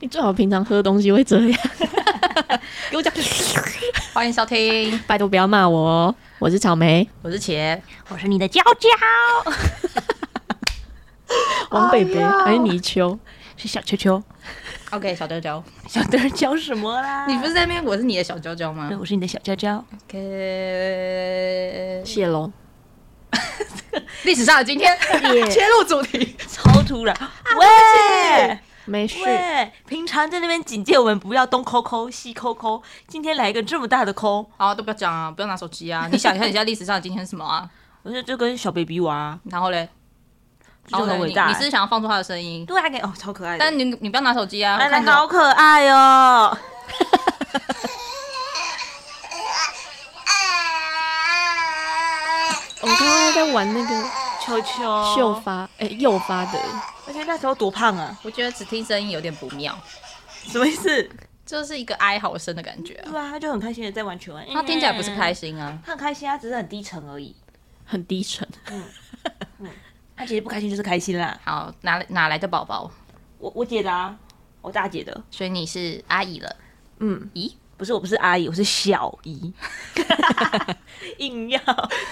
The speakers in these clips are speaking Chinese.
你最好平常喝东西会这 样，给我讲，欢迎收听，拜托不要骂我哦，我是草莓我是茄，我是你的娇娇， 王贝贝，还是泥鳅，哎是小球球， OK，小娇娇，小灯儿娇什么啦？你不是在那边我是你的小娇娇吗对，我是你的小娇娇， ？OK，谢龙，历史上的今天切入主题，超突然，啊喂没事，喂，平常在那边警戒我们不要东抠抠西抠抠，今天来一个这么大的抠，好，都不要讲啊，不要拿手机啊，你想一下，你现在历史上的今天是什么啊？我觉得就跟小 baby 玩啊，然后嘞，这然就后嘞很伟哦你大欸。你是想要放出他的声音，对啊，给哦，超可爱的，但你你不要拿手机啊，我奶奶看着好可爱哦。我刚刚在玩那个球球秀，发，哎、诱发的，而且那时候多胖啊，我觉得只听声音有点不妙，什么意思？就是一个哀嚎声的感觉啊对，啊，他就很开心的在玩球玩，他听起来不是开心，心啊，他很开心，他只是很低沉而已。很低沉，他其实不开心就是开心啦。好，哪哪来的宝宝？我我姐的、啊，我大姐的，所以你是阿姨了，嗯，咦不是我不是阿姨，我是小姨， 硬要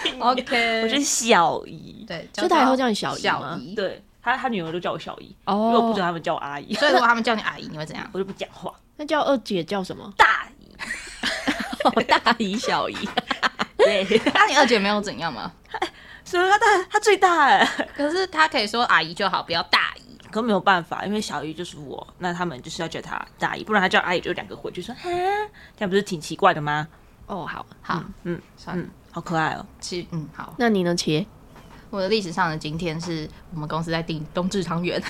硬要？OK，我是小姨。对，所以他以后叫你小姨吗小姨，对，她她女儿都叫我小姨，因为我不准哦，他们叫我阿姨， 所以如果他们叫你阿姨，你会怎样？我就不讲话。？那叫二姐叫什么大姨， 哦大姨小姨， 对，那你二姐没有怎样吗？所以她大她最大哎，可是她可以说阿姨就好，不要大姨。可没有办法，因为小姨就是我，那他们就是要叫她大姨，不然她叫阿姨就两个回去说哈，这样不是挺奇怪的吗？哦好，好，嗯算了嗯，，好可爱哦。其实嗯好。那你呢，茄？我的历史上的今天是我们公司在订冬至汤圆，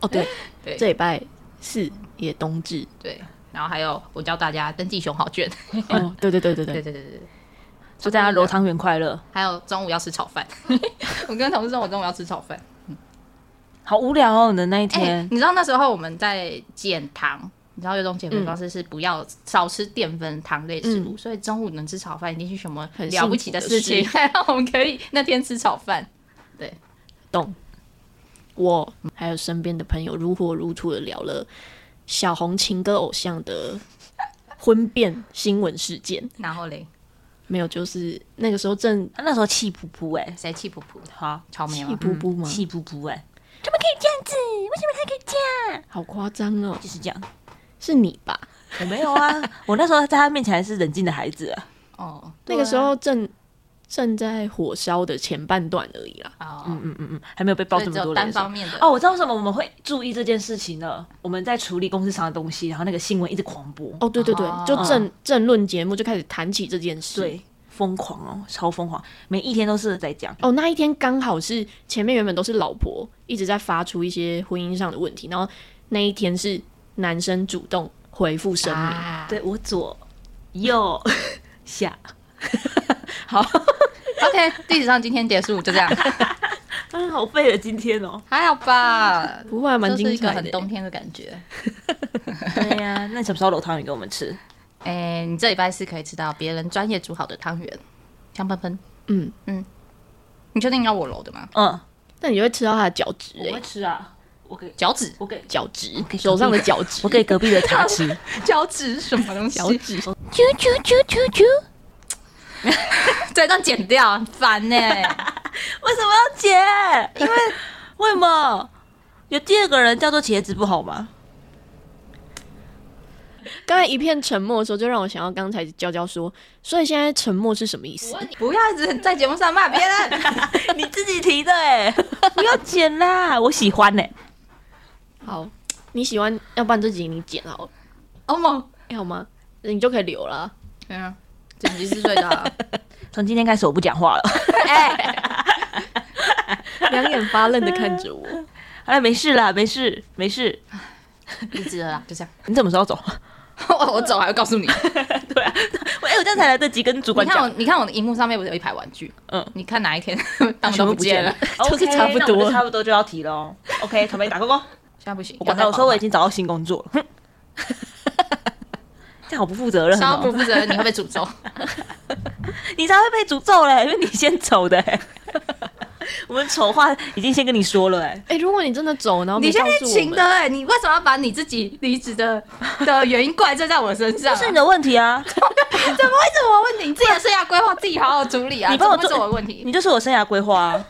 哦对，对这礼拜四也冬 至，对，然后还有我教大家登记熊好券，哦对对对对对对，对对 对对，祝大家揉汤圆快乐。还有中午要吃炒饭， 我跟同事说我中午要吃炒饭。好无聊哦，你的那一哎、天，你知道那时候我们在减糖，你知道有种减嗯肥方式是不要、少吃淀粉、糖类食物，所以中午能吃炒饭一定是什么很了不起事情幸。 我们可以那天吃炒饭，懂。我还有身边的朋友如火如荼的聊了小红情歌偶像的婚变新闻事件，然后嘞，没有，就是那个时候正 她那时候气噗噗哎，谁气噗噗的？好草莓气吗？噗噗嘛，气噗噗哎，好夸张哦，就是这样。是你吧？我没有啊，我那时候在他面前还是冷静的孩子啊。哦，那个时候正正在火烧的前半段而已啦。哦，嗯嗯嗯嗯，还没有被爆所以这只么有多单。人方面的 哦，我知道为什么我们会注意这件事情了。我们在处理公司上的东西，然后那个新闻一直狂播，哦，对对对哦，就政政论节目就开始谈起这件事。对，疯狂哦，超疯狂，每一天都是在讲。哦，那一天刚好是前面原本都是老婆一直在发出一些婚姻上的问题，然后那一天是男生主动回复声明，啊，对我左右 下， OK，历史上今天结束，就 这样，啊，好废了今天哦。还好吧？不过还蛮这是精一个彩很的。冬天的感觉。对呀、那你什么时候揉汤圆给我们吃？哎、你这礼拜四可以吃到别人专业煮好的汤圆，香喷喷。嗯嗯，你确定要我揉的吗？嗯，那你就会吃到他的脚趾我哎、会吃啊，我给脚趾，我给脚趾可以手上的脚趾， 我给隔壁的他 吃。脚趾是什么东西？脚趾啾啾啾啾啾， 这一段剪掉，很烦呢、为什么要姐？ 因为为什么有第二个人叫做茄子不好吗？刚才一片沉默的时候，就让我想到刚才娇娇说，所以现在沉默是什么意思？ 不要一直在节目上骂别人。 你自己提的哎、 不要剪啦，我喜欢呢、欸好，你喜欢，要不然这集你剪好了，欧盟，要吗？你就可以留了啊。对啊，剪辑是最大的。从今天开始我不讲话了。 哎，两眼发愣的看着我，好了，没事啦，没事，没事。离职了啦，就这样。你什么时候走？ 我我走还会告 诉你。 对啊， 我哎、我这样才来得及跟主你管看我讲。，你看我的荧幕上面不是有一排玩具？嗯嗯，你看哪一天 他们都不见了？就是差不多 OK，那我们就差不多就要提喽。OK，草莓打勾勾。现在不行，我刚才我说我已经找到新工作了，哼 这样好不负责任稍不哦。负责任，你会被 诅咒。你才会被诅咒嘞，因为你先走的欸。 我们丑话已经先跟你说了、哎，哎、如果你真的走，然后你没现告在诉我请的们，哎、你为什么要把你自己离职的的原因怪罪在我身上、啊？是你的问题啊，怎么会是我问题？你自己的生涯规划自己好好处理啊！你帮我怎么会做是我的问题。你就是我生涯规划、啊。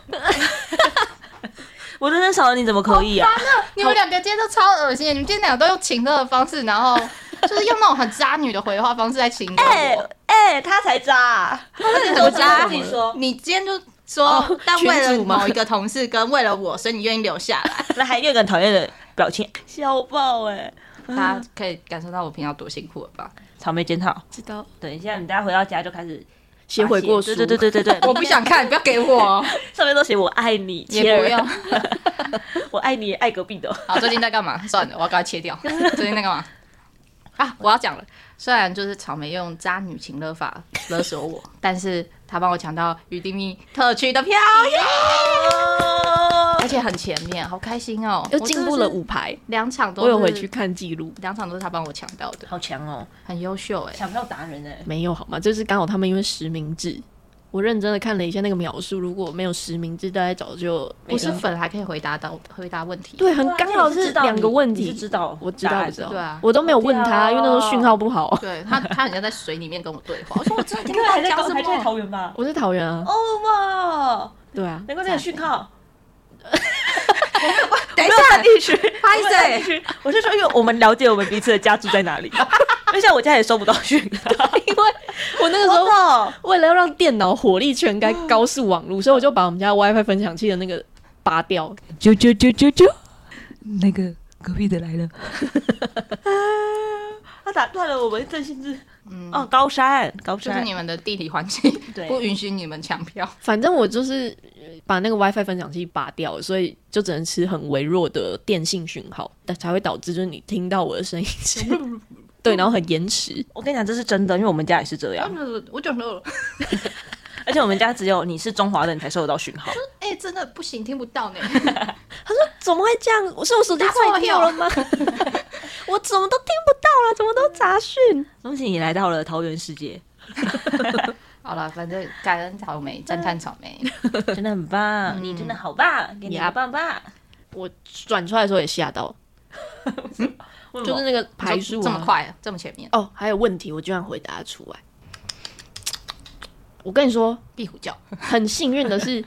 我人生少了你怎么可以啊？你们两个今天都超恶心的，你们今天两个都用情乐的方式，然后就是用那种很渣女的回话方式在情乐哎我。哎，他才渣啊，欸他是我多知道渣自？己说，你今天就说哦，但为了群主吗某一个同事跟为了我，所以你愿意留下来。那还有一个很讨厌的表情，笑爆哎、大家可以感受到我平常多辛苦了吧？草莓检讨，知道。等一下，你大家回到家就开始写悔过书，对对对对对对，我不想 看，不要给我哦，上面都写我爱你，也切不尔用。我爱你，爱隔壁的。 好，最近在干嘛？算了，我要赶快切掉。最近在干嘛？啊，我要讲了。虽然就是草莓用渣女情勒法勒索我，但是他帮我抢到预定密特区的票，而且很前面，好开心哦！又进步了我真的是五排。两场都我是有回去，看记录，两场都是他帮我抢到的，好强哦，很优秀哎。抢票达人哎！没有好吗？就是刚好他们因为实名制，我认真的看了一下那个描述，如果没有实名制，大概早就不是粉还可以回答到回答问题，对，很刚好啊你是知道两个问题，你是知道我知道，我知答道，案对啊我都没有问他，好屌哦因为那时候讯号不好。对他他很像在水里面跟我对话，我说我真的你听那不懂你个还在讲高什还在么。Oh 桃园吧？我是桃园啊，哦哇，对啊，难怪那个讯号等一没有下看，地区， 拍谁没有看地区。哎我是说，因为我们了解我们彼此的家住在哪 里，而且我家也收不到讯号，哦因为我那个时候候为了要让电脑火力全开哦高速网络，所以我就把我们家 WiFi 分享器的那个拔掉。啾啾啾啾啾，那个隔壁的来了。他打断了我们郑兴志。嗯哦，高山，高就是山你，们的地理环境对不允许你们抢票。反正我就是呃把那个 WiFi 分享器拔掉，所以就只能吃很微弱的电信讯号，但才会导致就是你听到我的声音 是对，然后很延迟。我跟你讲，这是真的，因为我们家也是这样，我讲了，而且我们家只有你是中华人才收得到讯号，哎、真的不行，听不 到呢。怎么会这样？我是我手机坏掉了吗？我怎么都听不到了，怎么都杂讯？恭喜你来到了桃园世界，好了，反正感恩草莓，赞叹草莓。真的很棒，你真的好棒，给你一个 Yeah 棒棒。我转出来的时候也吓到，就就是那是个排数、啊、这么快、啊，这么前面，哦，还有问题我居然回答得出来。我跟你说，壁虎叫。很幸运的是，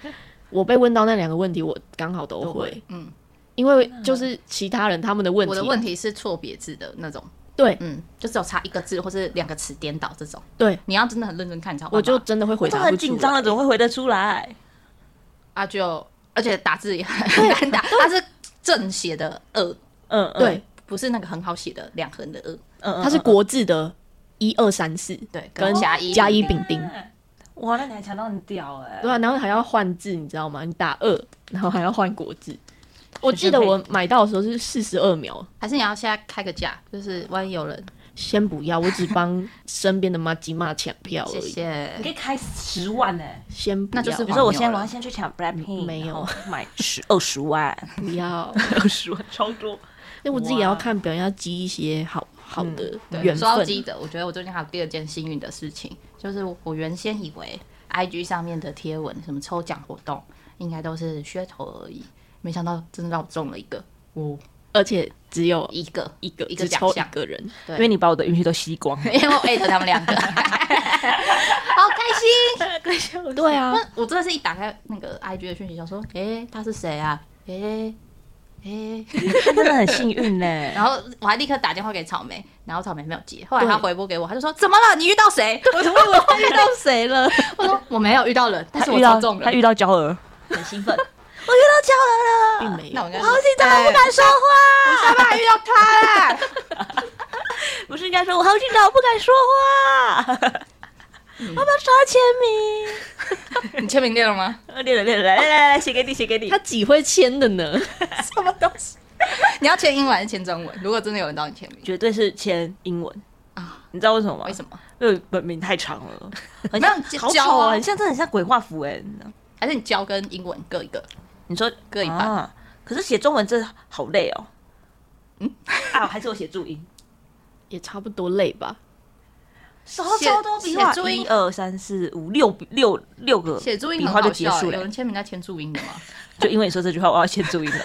我被问到那两个问题，我刚好都会。嗯，因为就是其他人他们的问题，我的问题是错别字的那种，对嗯，就只有差一个字或是两个词颠倒这种。对，你要真的很认真看，你才有办法我就真的会回都答不很出紧张了，怎么会回得出来？啊就，而且打字也很难打，它是正写的呃，嗯，嗯对，，不是那个很好写的两横的呃。嗯嗯，它是嗯国字的一二三四，对，跟跟加一加一丙丁，哇，那你还抢到很屌哎对，啊，然后还要换字，你知道吗？你打二，然后还要换国字。我记得我买到的时候是四十二秒，还是你要现在开个价，就是万一有人，先不要，我只帮身边的妈吉妈抢票而谢已，谢你。可以开十万哎。先不要，那就是比比如如说说我我现现在在我我要要先去抢 Blackpink，没有然后买十二十万，不要，二十万超多。因为哎我自己也要看表演，要积一些好好的缘说到分。记得，我觉得我最近还有第二件幸运的事情，就是我原先以为 IG 上面的贴文什么抽奖活动应该都是噱头而已，没想到真的让我中了一个，而且只有一个，一个，一个只奖抽一项个人，因为你把我的运气都吸光了，因为我艾特他们两个， 好开心！快笑死！对啊，我真的是一打开那个 IG 的讯息，想说，诶、他是谁啊？诶、诶、哎真的很幸运呢。欸 然后我还立刻打电话给草莓，然后草莓没有接，后来他回拨给我，他就说怎么了？你遇到谁？我说我遇到谁了？我说我没有遇到人，但是他我遇抽到中了他。遇到娇儿，很兴奋。 我遇到娇儿了，并没那有我。应该是张，我不敢说话。下班还遇到他啦。不是应该说我好紧张，我不敢说话。 我要找签名。你签名练了吗？呃练了练了，来来来来，写给你，写给你嗯他。几会签的呢？什么东西？你要签英文还是签中文？如果真的有人找你签名，绝对是签英文啊你知道为什么吗？为什么？因为本名太长 了，很没有像就好教丑哦，啊很像真的很像鬼画符哎。你知道还是你教跟英文各一个？你说各一半啊？可是写中文真的好累哦。 嗯啊，还是我写注音。也差不多累吧。然后超多笔画，写注音一二三四五六笔六六个写注音笔很画就好结笑，束有了。人签名在签注音的吗？就因为你说这句话，我要写注音了，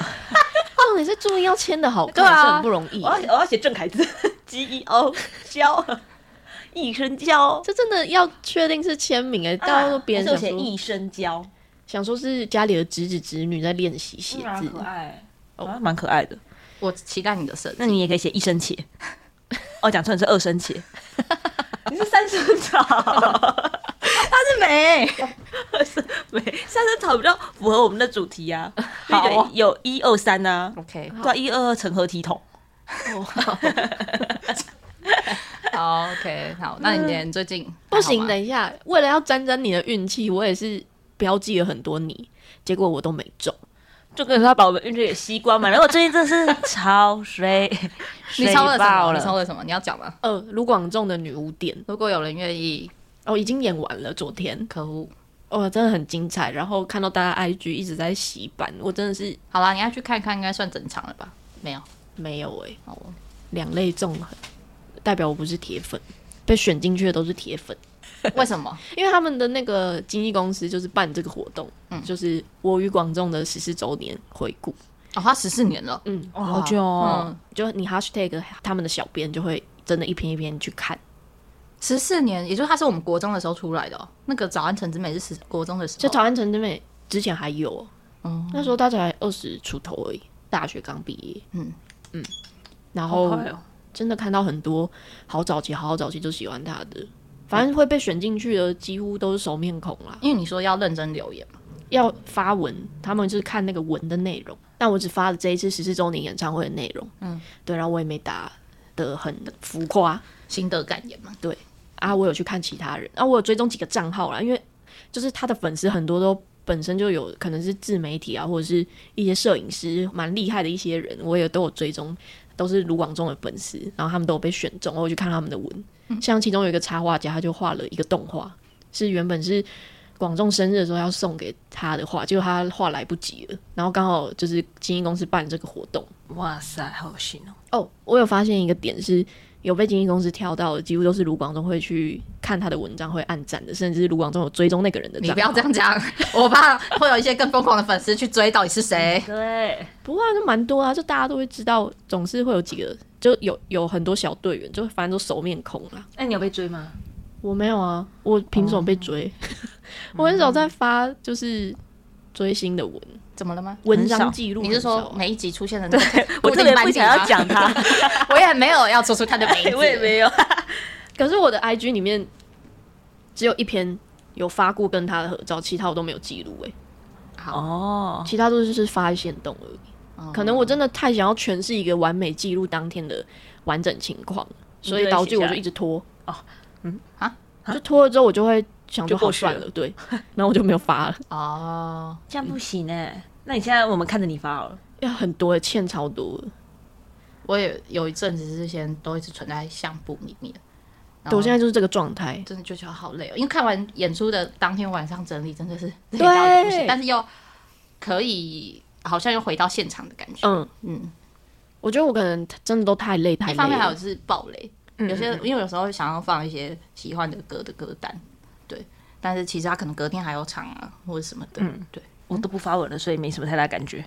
重点是注音要签的好看，对啊是很不容易我。要我要写正楷字 ，G E O 肖， 一生交，这真的要确定是签名啊哎，到时候别人就想写说一生交，想说是家里的侄子侄女在练习写字，爱，哦，蛮可爱的。我期待你的生日那。你也可以写一生茄， 哦，讲错，你是二生 茄，你是三生草， 是没，没三生草比较符合我们的主题 啊。好有有一二三啊， OK，对啊，一二二成合体统。啊好 OK，好，那你今天最嗯近 不行，的，等一下，为了要沾沾你的运气，我也是标记了很多你，结果我都没中。就跟你说他把我们运气给吸光嘛。 然后我最近真的是超 水，你水抄了什爆么？你了。抄了什么？你要讲吗？呃，卢广仲的女巫店如果有人愿意，哦，已经演完了，昨天可恶。哦，真的很精彩。然后看到大家 IG 一直在洗版，我真的是好啦，你要去看看，应该算正常了吧？没有，没有哎、好哦，两类纵横，代表我不是铁粉，被选进去的都是铁粉，为什么？ 因为他们的那个经纪公司就是办这个活动，就是我与广仲的十四周年回顾，哦，他十四年了，嗯，哇好久哦嗯，就你 hashtag 他们的小编就会真的一篇一篇去看。十四年，也就是他是我们国中的时候出来的、哦。那个早安陈之美是十国中的时就候，台湾城之美之前还有哦，哦那时候大概二十出头而已，大学刚毕业，嗯嗯然好后快哦真的看到很多好早期、好早期就喜欢他的，反正会被选进去的几乎都是熟面孔啦。因为你说要认真留言嘛，要发文，他们就是看那个文的内容，但我只发了这一次十四周年演唱会的内容，嗯，对，然后我也没打的很浮夸，心得感言嘛。啊，我有去看其他人，啊，我有追踪几个账号啦，因为就是他的粉丝很多都本身就有可能是自媒体啊，或者是一些摄影师蛮厉害的一些人，我也都有追踪，都是卢广仲的粉丝，然后他们都有被选中，我有去看他们的文，像其中有一个插画家，他就画了一个动画，是原本是。广仲生日的时候要送给他的画，结果他画来不及了，然后刚好就是经纪公司办这个活动，哇塞，好有心哦！哦，我有发现一个点是，有被经纪公司挑到的，几乎都是卢广仲会去看他的文章，会按赞的，甚至是卢广仲有追踪那个人的账你号。不要这样讲， 我怕会有一些更疯狂的粉丝去追到底是谁。对，不过啊就蛮多啊，就大家都会知道，总是会有几个，就有有很多小队员，就反正都熟面孔啦。那你有被追吗？我没有啊，我凭什么被 追？我很少在发就是追星的文怎么了吗？文章记录、你是很少说啊每一集出现的那 个我固特定别班不底想要吗？讲他， 我也没有要说出他的名字。 我也没有。可是我的 IG 里面只有一篇有发过跟他的合照，其他我都没有记录诶、欸好，嗯 哦，其他都是是发一些动而已。可能我真的太想要诠释一个完美记录当天的完整情况，所以导致我就一直拖。哦，嗯啊啊，就拖了之后我就会想就说过好去了算了，对， 然后我就没有发了。哦，这样不行嗯哎。那你现在我们看着你发好了。要很多欠超多的，我也有一阵子是先都一直存在相簿里面，对我现在就是这个状态。真的就觉得好累哦，因为看完演出的当天晚上整理真的是对累到一个不行，但是又可以好像又回到现场的感觉。嗯，嗯，我觉得我可能真的都太累太一累方面还有了。就是爆雷，嗯有些因为有时候想要放一些喜欢的歌的歌单，对，但是其实他可能隔天还有场啊或者什么的，嗯对。我都不发文了，所以没什么太大感觉。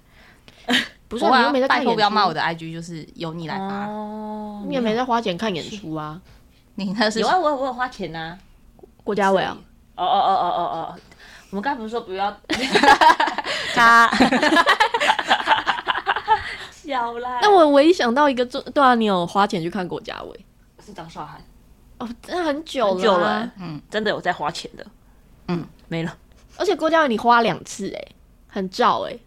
不是我啊，你又没在拜看演托出，不要骂我的 IG，就是由你来发，哦，你也没在花钱看演出啊。你那是有啊，我有我有花钱啊。郭家伟啊，哦哦哦哦哦哦，我们刚才不是说不 要他小啦？那我唯一想到一个，就对啊，你有花钱去看郭家伟是张韶涵，哦，那很久了啊，久了，嗯嗯，真的有在花钱的，嗯，没了，而且郭家伟你花两次哎、很照哎、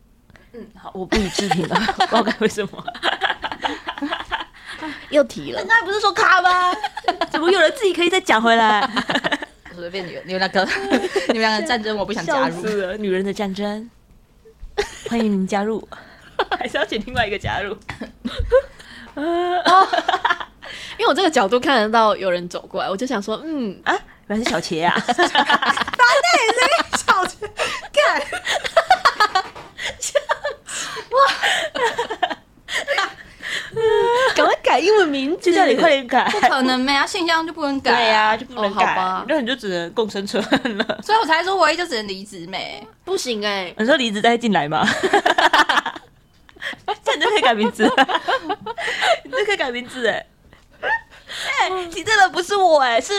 嗯，好， 我不予置评了，不知道该为什么。又提了。那不是说卡吗？怎么有人自己可以再讲回来？随便你你们两个，你们两个战争我不想加入 笑。死了女人的战争，欢迎你们加入， 还是要请另外一个加入？因为我这个角度看得到有人走过来，我就想说，嗯，原来是小茄 啊，欸 赶快改英文名字，就叫点快点改。不可能没啊，信箱就不能改、 对啊呀、就不哦能好改，吧那你就只能共生存了。所以我才说唯一就只能离职没。不行哎、你说离职再进来吗？ 这样你就可以改名字，你就可以改名字哎。哎、 你这个不是我哎、 是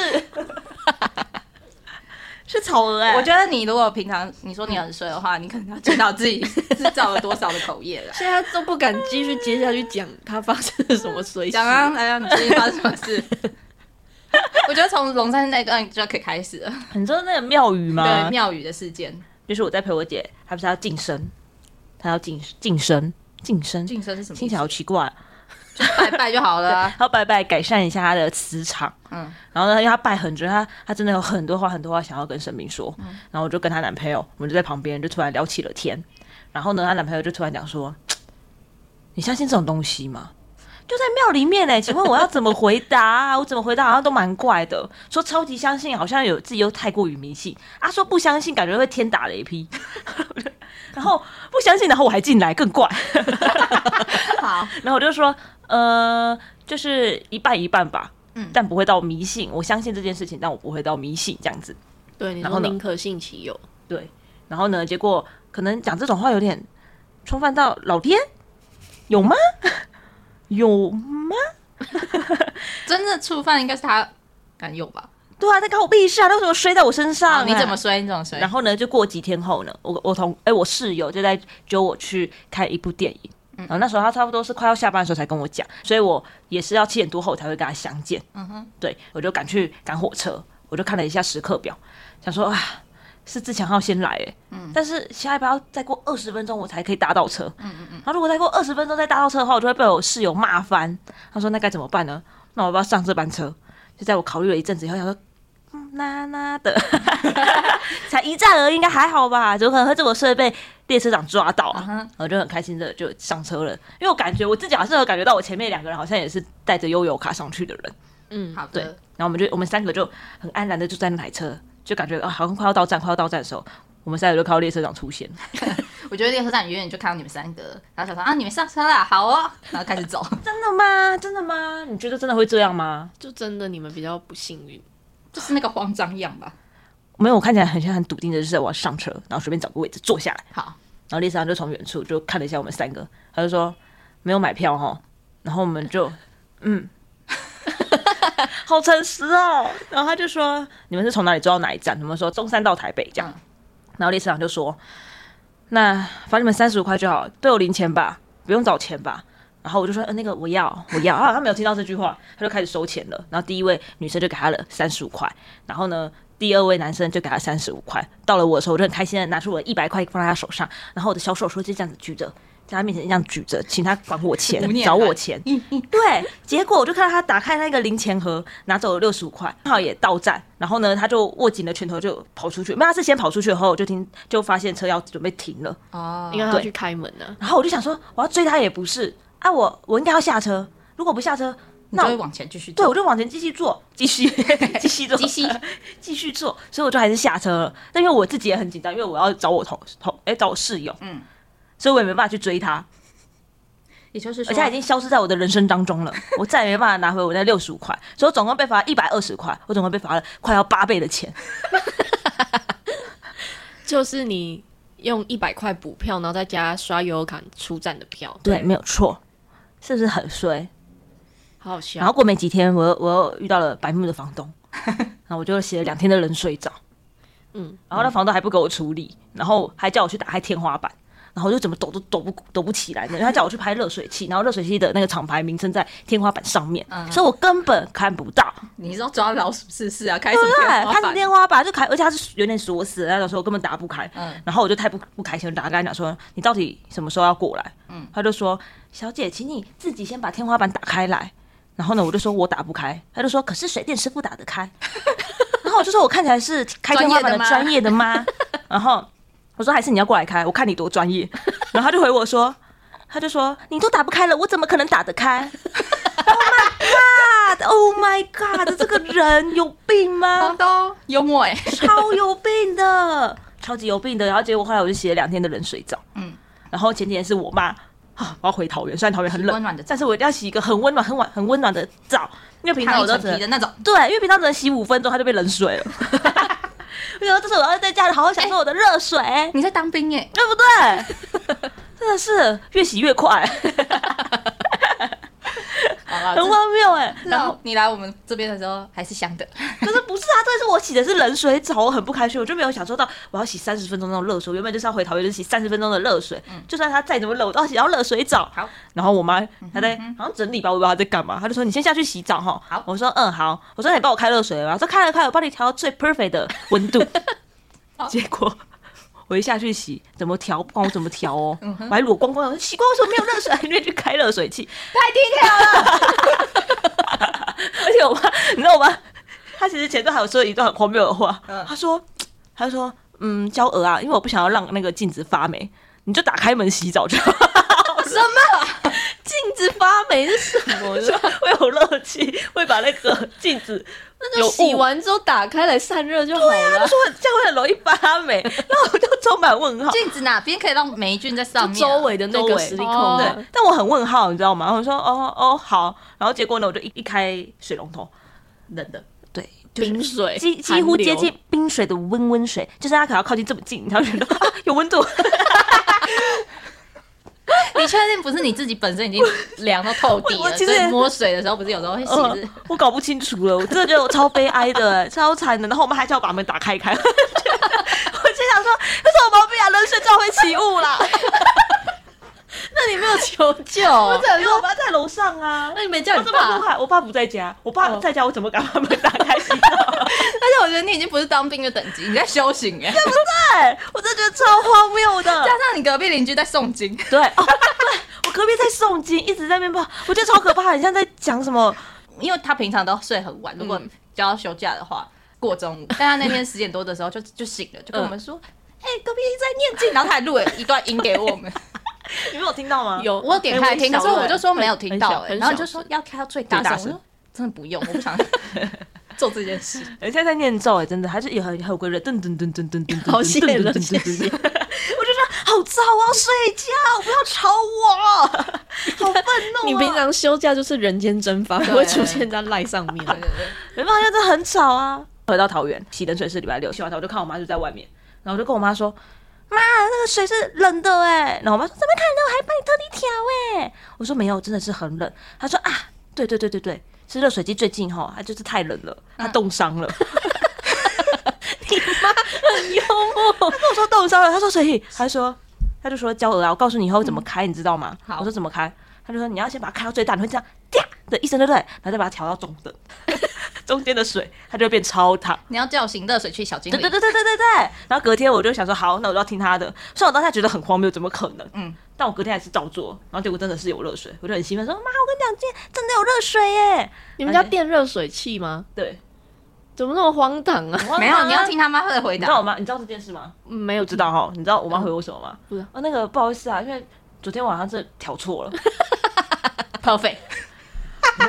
是草娥哎、我觉得你如果平常你说你很衰的话，你可能要检讨自己 制造了多少的口业了。现在都不敢继续接下去讲他发生了什么衰事。讲啊，来啊，你最近发生什么事？ 我觉得从龙山那段就可以开始了，你知道那个庙宇吗对？庙宇的事件，就是我在陪我姐，她不是要晋升，她要晋晋升晋升，晋升是什么意思？听起来好奇怪。拜拜就好了啊、她要拜拜改善一下她的磁场，嗯，然后呢，因为她拜很准，她她真的有很多话很多话想要跟神明说。然后我就跟她男朋友，我们就在旁边就突然聊起了天。然后呢，她男朋友就突然讲说：“你相信这种东西吗？”就在庙里面嘞，请问我要怎么回答、啊？我怎么回答好像都蛮怪的。说超级相信，好像有自己又太过于迷信啊；说不相信，感觉会天打雷劈。 然后不相信，然后我还进来，更怪。好，然后我就说，呃，就是一半一半吧，嗯但不会到迷信。我相信这件事情，但我不会到迷信这样子。对，你然后说呢宁可信其有，对，然后呢，结果可能讲这种话有点冲犯到老天，有吗？ 有吗？真正触犯应该是他，敢有吧？对啊，他搞我屁事啊！他为什么摔在我身上、啊，你怎么？衰？你怎么衰？然后呢，就过几天后呢，我我同哎、我室友就在揪我去看一部电影。然后那时候他差不多是快要下班的时候才跟我讲，所以我也是要七点多后才会跟他相见。嗯哼，对我就赶去赶火车，我就看了一下时刻表，想说啊，是自强号先来哎，但是下一班要再过二十分钟我才可以搭到车，嗯嗯嗯，然后如果再过二十分钟再搭到车的话，我就会被我室友骂翻。他说那该怎么办呢？那我要不要上这班车？就在我考虑了一阵子以后，想说。嗯那那的， 才一站而已，应该还好吧？怎么可能会这么顺被列车长抓到啊？嗯哼，我就很开心的就上车了，因为我感觉我自己好像有感觉到我前面两个人好像也是带着悠游卡上去的人，嗯，好对的，然后我们就我们三个就很安然的就在那台车，就感觉啊好像快要到站，快要到站的时候，我们三个就看到列车长出现，我觉得列车站远远就看到你们三个，然后想说啊，你们上车啦，好哦，然后开始走。真的吗？真的吗？你觉得真的会这样吗？就真的你们比较不幸运。 啊就是那个慌张样吧。没有，我看起来很像很笃定的，就是我要上车，然后随便找个位置坐下来，好，然后列车长就从远处就看了一下我们三个，他就说没有买票哈，然后我们就嗯。 好诚实哦，然后他就说：“你们是从哪里坐到哪一站？”我们说中山到台北这样，然后列车长就说：“那罚你们三十五块就好，都有零钱吧，不用找钱吧。”然后我就说：“呃，那个我要，我要。”啊，他没有听到这句话，他就开始收钱了。然后第一位女生就给他了三十五块，然后呢，第二位男生就给他三十五块。到了我的时候，我就很开心的拿出我一百块放在他手上，然后我的小手手就这样子举着，在他面前这样举着，请他还我钱不，念找我还钱。对，结果我就看到他打开那个零钱盒，拿走了六十五块，刚好也到站，然后呢，他就握紧了拳头就跑出去。没有，他是先跑出去后，我就听就发现车要准备停了，哦，因为他要去开门呢、然后我就想说，我要追他也不是，啊，我我应该要下车，如果不下车，你就那会我往前继续对走。我就往前继续坐，继续继续坐，继续继续坐，所以我就还是下车了。但因为我自己也很紧张，因为我要找我同同哎、找我室友，嗯嗯，所以我也没办法去追他。也就是说，而且它已经消失在我的人生当 中了，我再也没办法拿回我那六十五块，所以我总共被罚一百二十块，我总共被罚了快要八倍的钱。就是你用一百块补票，然后再加刷悠游卡出站的票，对，没有错，是不是很衰？好好然后笑。过没几天，我又我又遇到了白目的房东，然后我就写了两天的冷水澡，嗯，然后那房东还不给我处理，然后还叫我去打开天花板。然后我就怎么抖都抖不抖不起来呢？他叫我去拍热水器，然后热水器的那个厂牌名称在天花板上面，所以我根本看不到。你是要抓老鼠试试啊，开什对么不对？天花它板是天花板就开，而且它是有点锁死的那种，所以我根本打不开。嗯然后我就太不不开心，我就打跟他讲说：“你到底什么时候要过来？”嗯，他就说：“小姐，请你自己先把天花板打开来。”然后呢，我就说我打不开，他就说：“可是水电师傅打得开。” 然后我就说：“我看起来是开天花板的专专业的吗？”然后我说：“还是你要过来开，我看你多专业。”然后他就回我说：“他就说你都打不开了，我怎么可能打得开？” Oh my god！Oh my god！这个人有病吗？房东哦幽默 哎、超有病的，超级有病的。然后结果后来我就洗了两天的冷水澡，嗯嗯，然后前几天是我妈。啊，我要回桃园，虽然桃园很洗温暖冷的澡，但是我一定要洗一个很温暖、很晚、很温暖的澡，因为平常烫一我都层只能皮的那种。对，因为平常只能洗五分钟，它就变冷水了。 我想说，这是我要在家里好好享受我的热水，你在当兵耶？对不对？真的是越洗越快， 好了，很这荒谬哎。然后你来我们这边的时候还是香的，可是不是啊，这是我洗的是冷水澡，我很不开心，我就没有享受到我要洗三十分钟那种热水。我原本就是要回桃园就是洗三十分钟的热水，就算它再怎么冷，我都要洗到热水澡。嗯好，嗯然后我妈她在好像整理吧，我不知道她在干嘛，她就说你先下去洗澡哈。好我说嗯好，我说那你帮我开热水吧，我说开了开了，我帮你调到最 perfect 的温度。 结果我一下去洗，怎么调不管我怎么调哦，嗯我还裸光光，我说奇怪为什么没有热水， 因为去开热水器，太低调了。而且我妈， 你知道我妈，她其实前段还有说一段很荒谬的话，她说，她说，嗯，娇娥啊，因为我不想要让那个镜子发霉，你就打开门洗澡就好。什么？镜子发霉是什么？ 我说会有热气，会把那个镜子那有就洗雾完之后打 开来散热就好她了。说这样会很容易发霉，然后我就充满 问号。镜子哪边可以让霉菌在上面啊？周围的那周个围实力控，哦对，但我很问号，你知道吗？我说哦哦好，然后结果呢，我就一一开水龙头，冷的对，就是冰水，几几乎接近冰水的温温水，就是它可能要靠近这么近，你才会觉得 啊有温度。你确定不是你自己本身已经凉到透 底我我了？其实所以摸水的时候不是有时候会呃嗯 洗是？我搞不清楚了，我真的觉得我超悲哀的， 超惨的。然后我们还叫我把门打开 开，我就想说有什么毛病啊？人睡觉会起雾 啦，那你没有求救？因为我爸在楼上啊那。你没叫我你这么爸 厉？害，我爸不在家，我爸哦在家，我怎么敢把门打开洗澡？而且我觉得你已经不是当兵的等级，你在修行 哎，加 对，我真的觉得超荒谬的。上你隔壁邻居在诵经，对，哦，对，我隔壁在诵经，一直在那边吧，我觉得超可怕，很像在讲什么。因为他平常都睡很晚，如果嗯就要休假的话，过 中午，但他那天十点多的时候就就醒了，就跟我们说。 哎、隔壁在念经，然后他还录了一段音给我们，你们有听到吗？有我有点开听，可是我就说没有听到、很哎，很小然后你就说要开到最大最大声，我声说真的不用，我不 想做这件事。人家在念咒哎、真的还是也很很有规律，噔噔噔噔噔噔噔，好谢了，噔噔谢噔噔谢噔。 我就说好吵，我要睡觉，不要吵我，好愤怒、啊！你平常休假就是人间蒸发，不会出现在赖上 面。对对对没办法，因为真的很吵啊。回到桃园，洗冷水是礼拜六，洗完澡我就看我妈就在外面，然后我就跟我妈说：“妈，那个水是冷的哎、然后我妈说：“怎么可能？我还帮你特地调哎、我说：“没有，真的是很冷。”她说：“啊，对对对对对，是热水器最近哈，它就是太冷了，它冻伤了。他跟我说冻伤了，他说所以他说他就说娇娥啊，我告诉你以后怎么开，你知道吗？好我说怎么开？他就说你要先把它开到最大，你会这样啪的一声，对不对？然后再把它调到中等， 中间的水它就会变超烫。你要叫醒热水器小精对灵对，对对对对对。然后隔天我就想说好，那我就要听他的。虽然我当下觉得很荒谬，怎么可能？嗯嗯，但我隔天还是照做，然后结果真的是有热水，我就很兴奋说妈，我跟你讲，今天真的有热水耶！你们家电热水器吗？对，怎么那么荒唐 啊？没有，你要听他妈的回你知道答我。妈，你知道这件事吗？嗯没有不知道哈，你知道我嗯妈回我什么吗？不知道哦，那个不好意思啊，因为昨天晚上这调错了。 Perfect，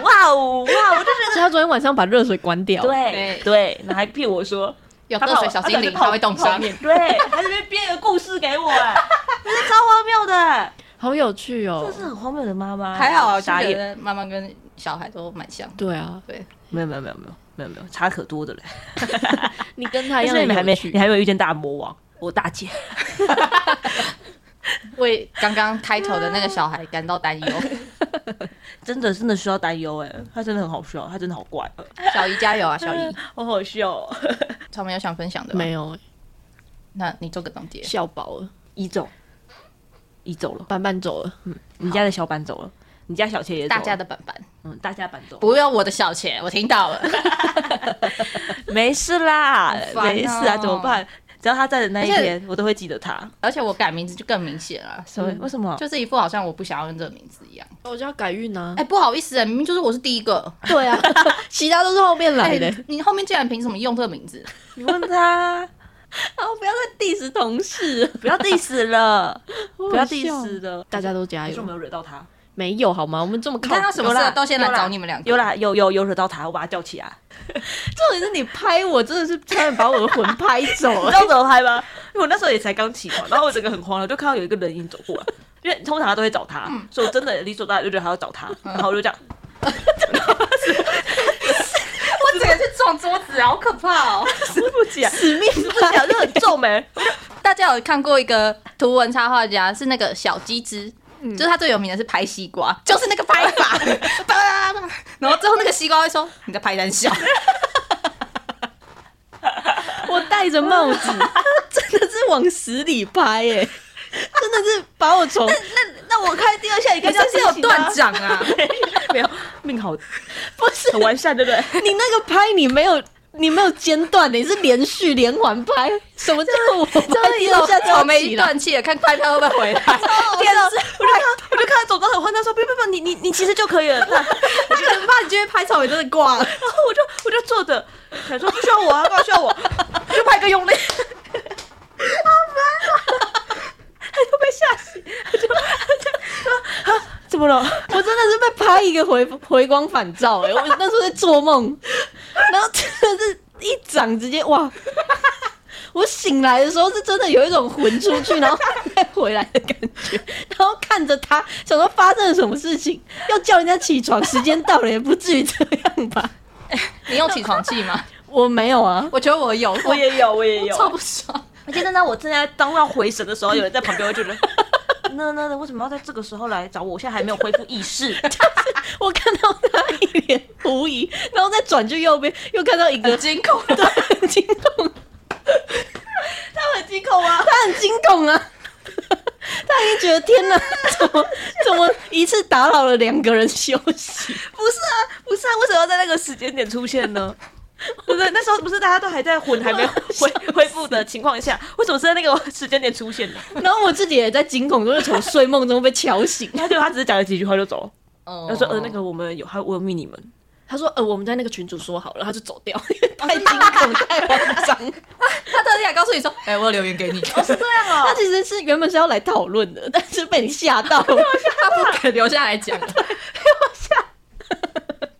哇哦哇！我就而且他昨天晚上把热水关掉。，对对，然后还骗我说 有他热怕水我小精灵，怕他我会冻泡伤。 面对，还在那边编一个故事给我，哎， 这是超荒谬的，好有趣哦这。是很荒谬的妈妈，还好，啊我就傻觉眼，得妈妈跟小孩都蛮像。对啊，对，没有没有没有没有没有没有差可多的嘞，你跟他 但一样的是你们还没有趣你还没有遇见大魔王，我大姐，为刚刚开头的那个小孩感到担忧。 真的真的需要担忧哎，她真的很好笑，她真的好怪，小姨加油啊，小姨！ 好好笑哦，草莓有想分享的吗？没有那你做个总结。笑饱了，移走，移走了，板板走了。你家的小板走了，你家小钱也走大了，家的板板，嗯大家板走了，不用我的小钱，我听到了。 没事啦，烦没事啊，哦怎么办？只要他在的那一而且天，我都会记得嗯他。而且我改名字就更明显了，什么？为什么？就是一副好像我不想要用这个名字一样。我就要改运啊哎，！不好意思啊，明明就是我是第一个。对 啊，其他都是后面来哎的。，你后面竟然凭什么用这个名字？你问他，然后不要再 diss 同事了，不要 diss 了，不不要 diss 了。大家都加还是我没油。有惹到他？没有好吗？我们这么啊靠看，他什么有 事啦都先来有啦找你们两个。有啦，有有有惹到他，我把他叫起 来。重点是你拍我，真的是差点把我的魂拍走你了知。道怎么拍吗？因为我那时候也才刚起床，然后我整个很慌了，就看到有一个人影走过来，因为通常他都会找他，所以我真的理所当然就觉得他要找他，然后我就这样，我整个去撞桌子，好可怕哦！死不起来，死命死不起来，就很欸皱眉。大家有看过一个图文插画家，是那个小鸡汁。嗯就是他最有名的是拍西瓜，就是那个拍 法，叭叭叭叭然后最后那个西瓜会说你在拍胆小，我戴着帽子，真的是往死里拍欸耶、 真的是把我从那我开第二下，你你看是不是有断掌啊？ 没有，命好，不是很完善，对不对？ 你那个拍你没有。你没有间断的，欸你是连续连环拍。什么叫我拍第二下草跳莓起来？断气了，看拍票会不会回来？ 天啊哪！我就看他，我就看他走到很欢，他说：“不不不，你你你其实就可以了。”那他可能怕你今天拍草莓真的挂了。然后我就我就坐着，想说不需要我啊，不需要我，就拍个用力，就被吓死，就就说啊，怎么 了？我真的是被拍一个回回光返照哎、我那时候在做梦，然后真的是一掌直接哇！ 我醒来的时候是真的有一种魂出去，然后再回来的感觉，然后看着他想说发生了什么事情，要叫人家起床，时间到了也不至于这样吧？你用起床气 吗？我没有啊，我觉得我有， 我也有，我也超有。不爽。而且真的，我正在当要回神的时候，有人在旁边，我就觉得， 那那那为什么要在这个时候来找我？我现在还没有恢复意识。我看到他一脸狐疑，然后再转去右边，又看到一个很惊恐，对，很惊恐，他很惊恐啊！他很惊恐啊， 他已经觉得天哪，怎么怎么一次打扰了两个人休息？不是啊， 不是啊，为什么要在那个时间点出现呢？对 不对？那时候不是大家都还在混，还没有恢 恢复的情况下，为什么是在那个时间点出现呢？然后我自己也在惊恐中，就是从睡梦中被敲醒。他就他只是讲了几句话就走了，他他说：“哦呃，那个我们有还我有密你们。他说：“呃，我们在那个群主说好了，他就走掉，哦因为 太惊恐，太慌张。他特地还告诉你说，哎，我有留言给你，他这样啊他其实是原本是要来讨论 的，但是被你吓到 了。不肯留下来 讲，留下。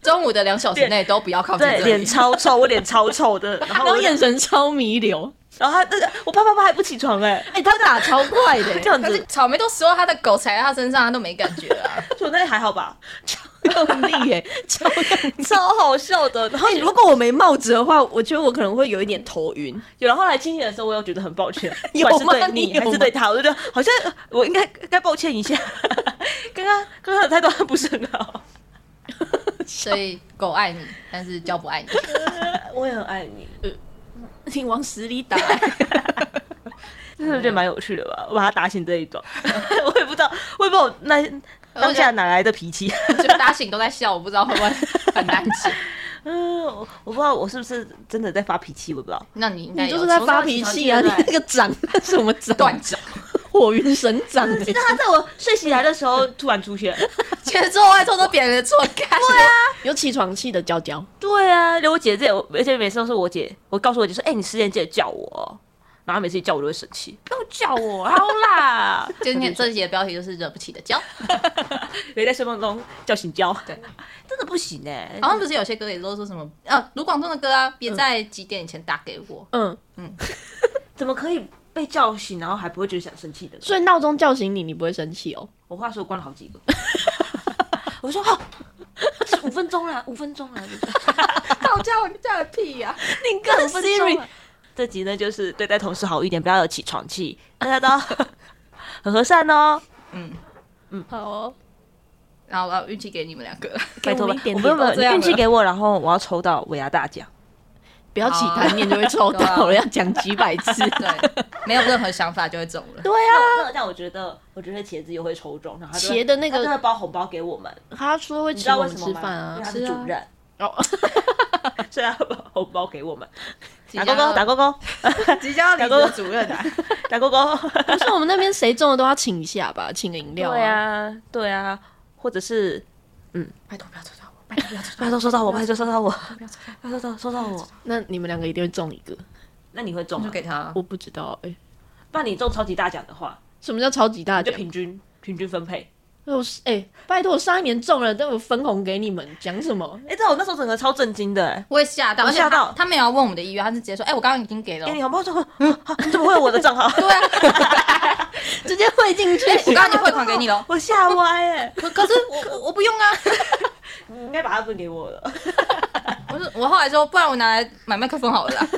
中午的两小时内都不要靠近对，这脸里，超臭，我脸超臭 的，然然后后我就眼，神超弥留，然后他那个我啪啪啪还不起床哎、 哎、他打超快的、欸 这样可是子，草莓都说他的狗踩在他身上，他都没感觉啊。所以那还好吧，用力哎、超用力。 超好笑的。然后哎、如果我没帽子的话，我觉得我可能会有一点头晕。有人后来清醒的时候， 我有觉得很抱歉，有不管是吗对你你有还是吗对他，我就觉得好像呃我应该该抱歉一下， 刚刚刚刚的态度还不是很好。所以狗爱你，但是叫不爱你。我也很爱你， 你往死里打、欸真的觉得蛮有趣的吧？我把他打醒这一段， 我也不知道，我也不知道我那当下哪来的脾气。就打醒都在笑，我不知道会不会很难解。 嗯，我我不知道我是不是真的在发脾气，我不知道。那你应该你有就是在发脾气啊！你那个 掌什么掌？断掌，火云神掌欸、但他在我睡醒来的时 候突然出现，前错外错都别人的错干。对啊，欸有起床气的娇娇，对啊，连我姐这也，而且每次都是我姐，我告诉我姐说，哎、你十点记得叫我哦。然后她每次一叫我就会生气，不要叫我，啊好啦。今天这集的标题就是惹不起的娇。没在睡梦中叫醒叫，对， 真的不行哎、好像不是有些歌也都说什么呃卢广仲的歌啊，别在几点以前打给我。嗯，怎么可以被叫醒，然后还不会觉得想生气的呢？所以闹钟叫醒你，你不会生气哦。我话说关了好几个， 我说哦，五分钟啦，五分钟啦。靠叫叫个屁呀！你跟 Siri 这集呢，就是对待同事好一点，不要有起床气，大家都 很和善哦。好哦，然后我要运气给你们两个，给拜我托吧们一，点我点们都这样运气了给我，然后我要抽到尾牙 大奖。不要起贪念就会哦抽到啊好了，要讲几百 次。对，没有任何想法就会中了。对啊，那但我觉得，我觉得茄子也会抽中，然后他就会茄的那他真的个包红包给我们，他说会你知请道我为们什么吃吗？饭因啊为，他是吃啊主任，哦， 所以他包红包给我 们。即打将勾勾，打勾勾，即将要离职的主任啊！打勾勾。不是我们那边谁中了都要请一下吧，请个饮料 对。 啊，对啊，或者是嗯拜托不要抽到我，拜托不要抽 拜托收到我，拜托收到我，到我，不要抽到拜托收收到我。那你们两个一定会中一个，那你会中我，就 吗？给他。我不知道哎，那你中超级大奖的话，什么叫超级大就奖？平均平均分配。我是哎、拜托，我上一年中了，但我分红给你们，讲什么？哎、这我那时候整个超震惊的、哎我也吓到，我而且吓到他他没有要问我们的意愿，他是直接说：“哎、我刚刚已经给了哎、哦。你好不好？这会，嗯 啊怎么会有我的账 号？对啊， 哎直接汇进去。我刚刚已经汇款给你了哦。我吓歪哎、可可是我我我不用啊， 你应该把它分给我了。我说我后来说，不然我拿来买麦克风好了 啦。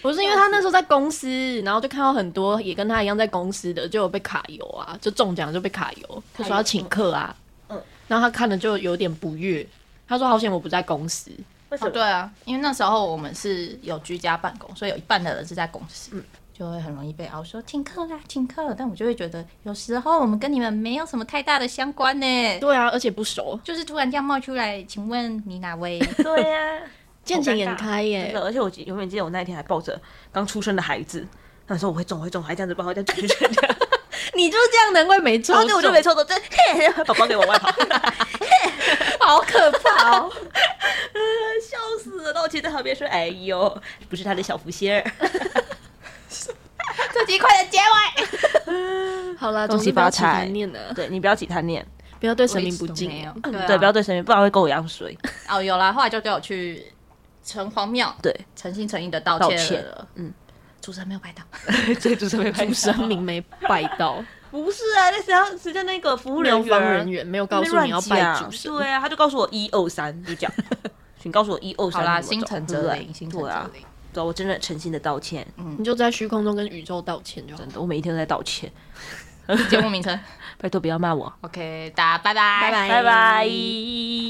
不是因为他那时候在公司，然后就看到很多也跟他一样在公司的，就有被卡油啊，就中奖就被卡油，他说要请客啊，嗯，然后他看了就有点不悦，他说好险我不在公司，为什哦，么？对啊，因为那时候我们是有居家办公，所以有一半的人是在公司，就会很容易被熬说请客啦，请客。但我就会觉得，有时候我们跟你们没有什么太大的相关呢，对啊，而且不熟，就是突然这样冒出来，请问你哪 位？ 对啊呀、见钱眼开真耶、的，而且我记永远记得我那一天还抱着 刚出生的孩子，那时候我会中，我会中，还这样子抱，还这样卷卷卷， 你就是这样，难怪没抽然后中，对我就没抽到， 真嘿，宝宝给我往外跑，好可怕哦。 笑死了。然后我其实在旁边说：“哎呦，不是他的小福星儿。这集快点结尾。好啦，恭总喜之不要发起财贪念啊， 对你不要起贪念，不要对神明不敬啊。对啊嗯对，不要对身边，不然会跟我一样 水。 哦，有啦，后来就叫我去城隍庙，对，诚心诚意的道道歉歉了。嗯，主持人没有拍到，这主持人主神明没拜到， 不是啊，那谁要谁叫那个服务庙人员方人员没有告诉你要拜主神，对啊，他就告诉我一二三，就讲， 请告诉我一二三。好啦，心诚则灵，心诚对则啊，灵。对啊，我真的诚心的道歉，你就在虚空中跟宇宙道歉就好真。的，我每一天都在道歉，节目名称 拜托不要骂我， ，OK，大家拜拜，拜拜拜拜。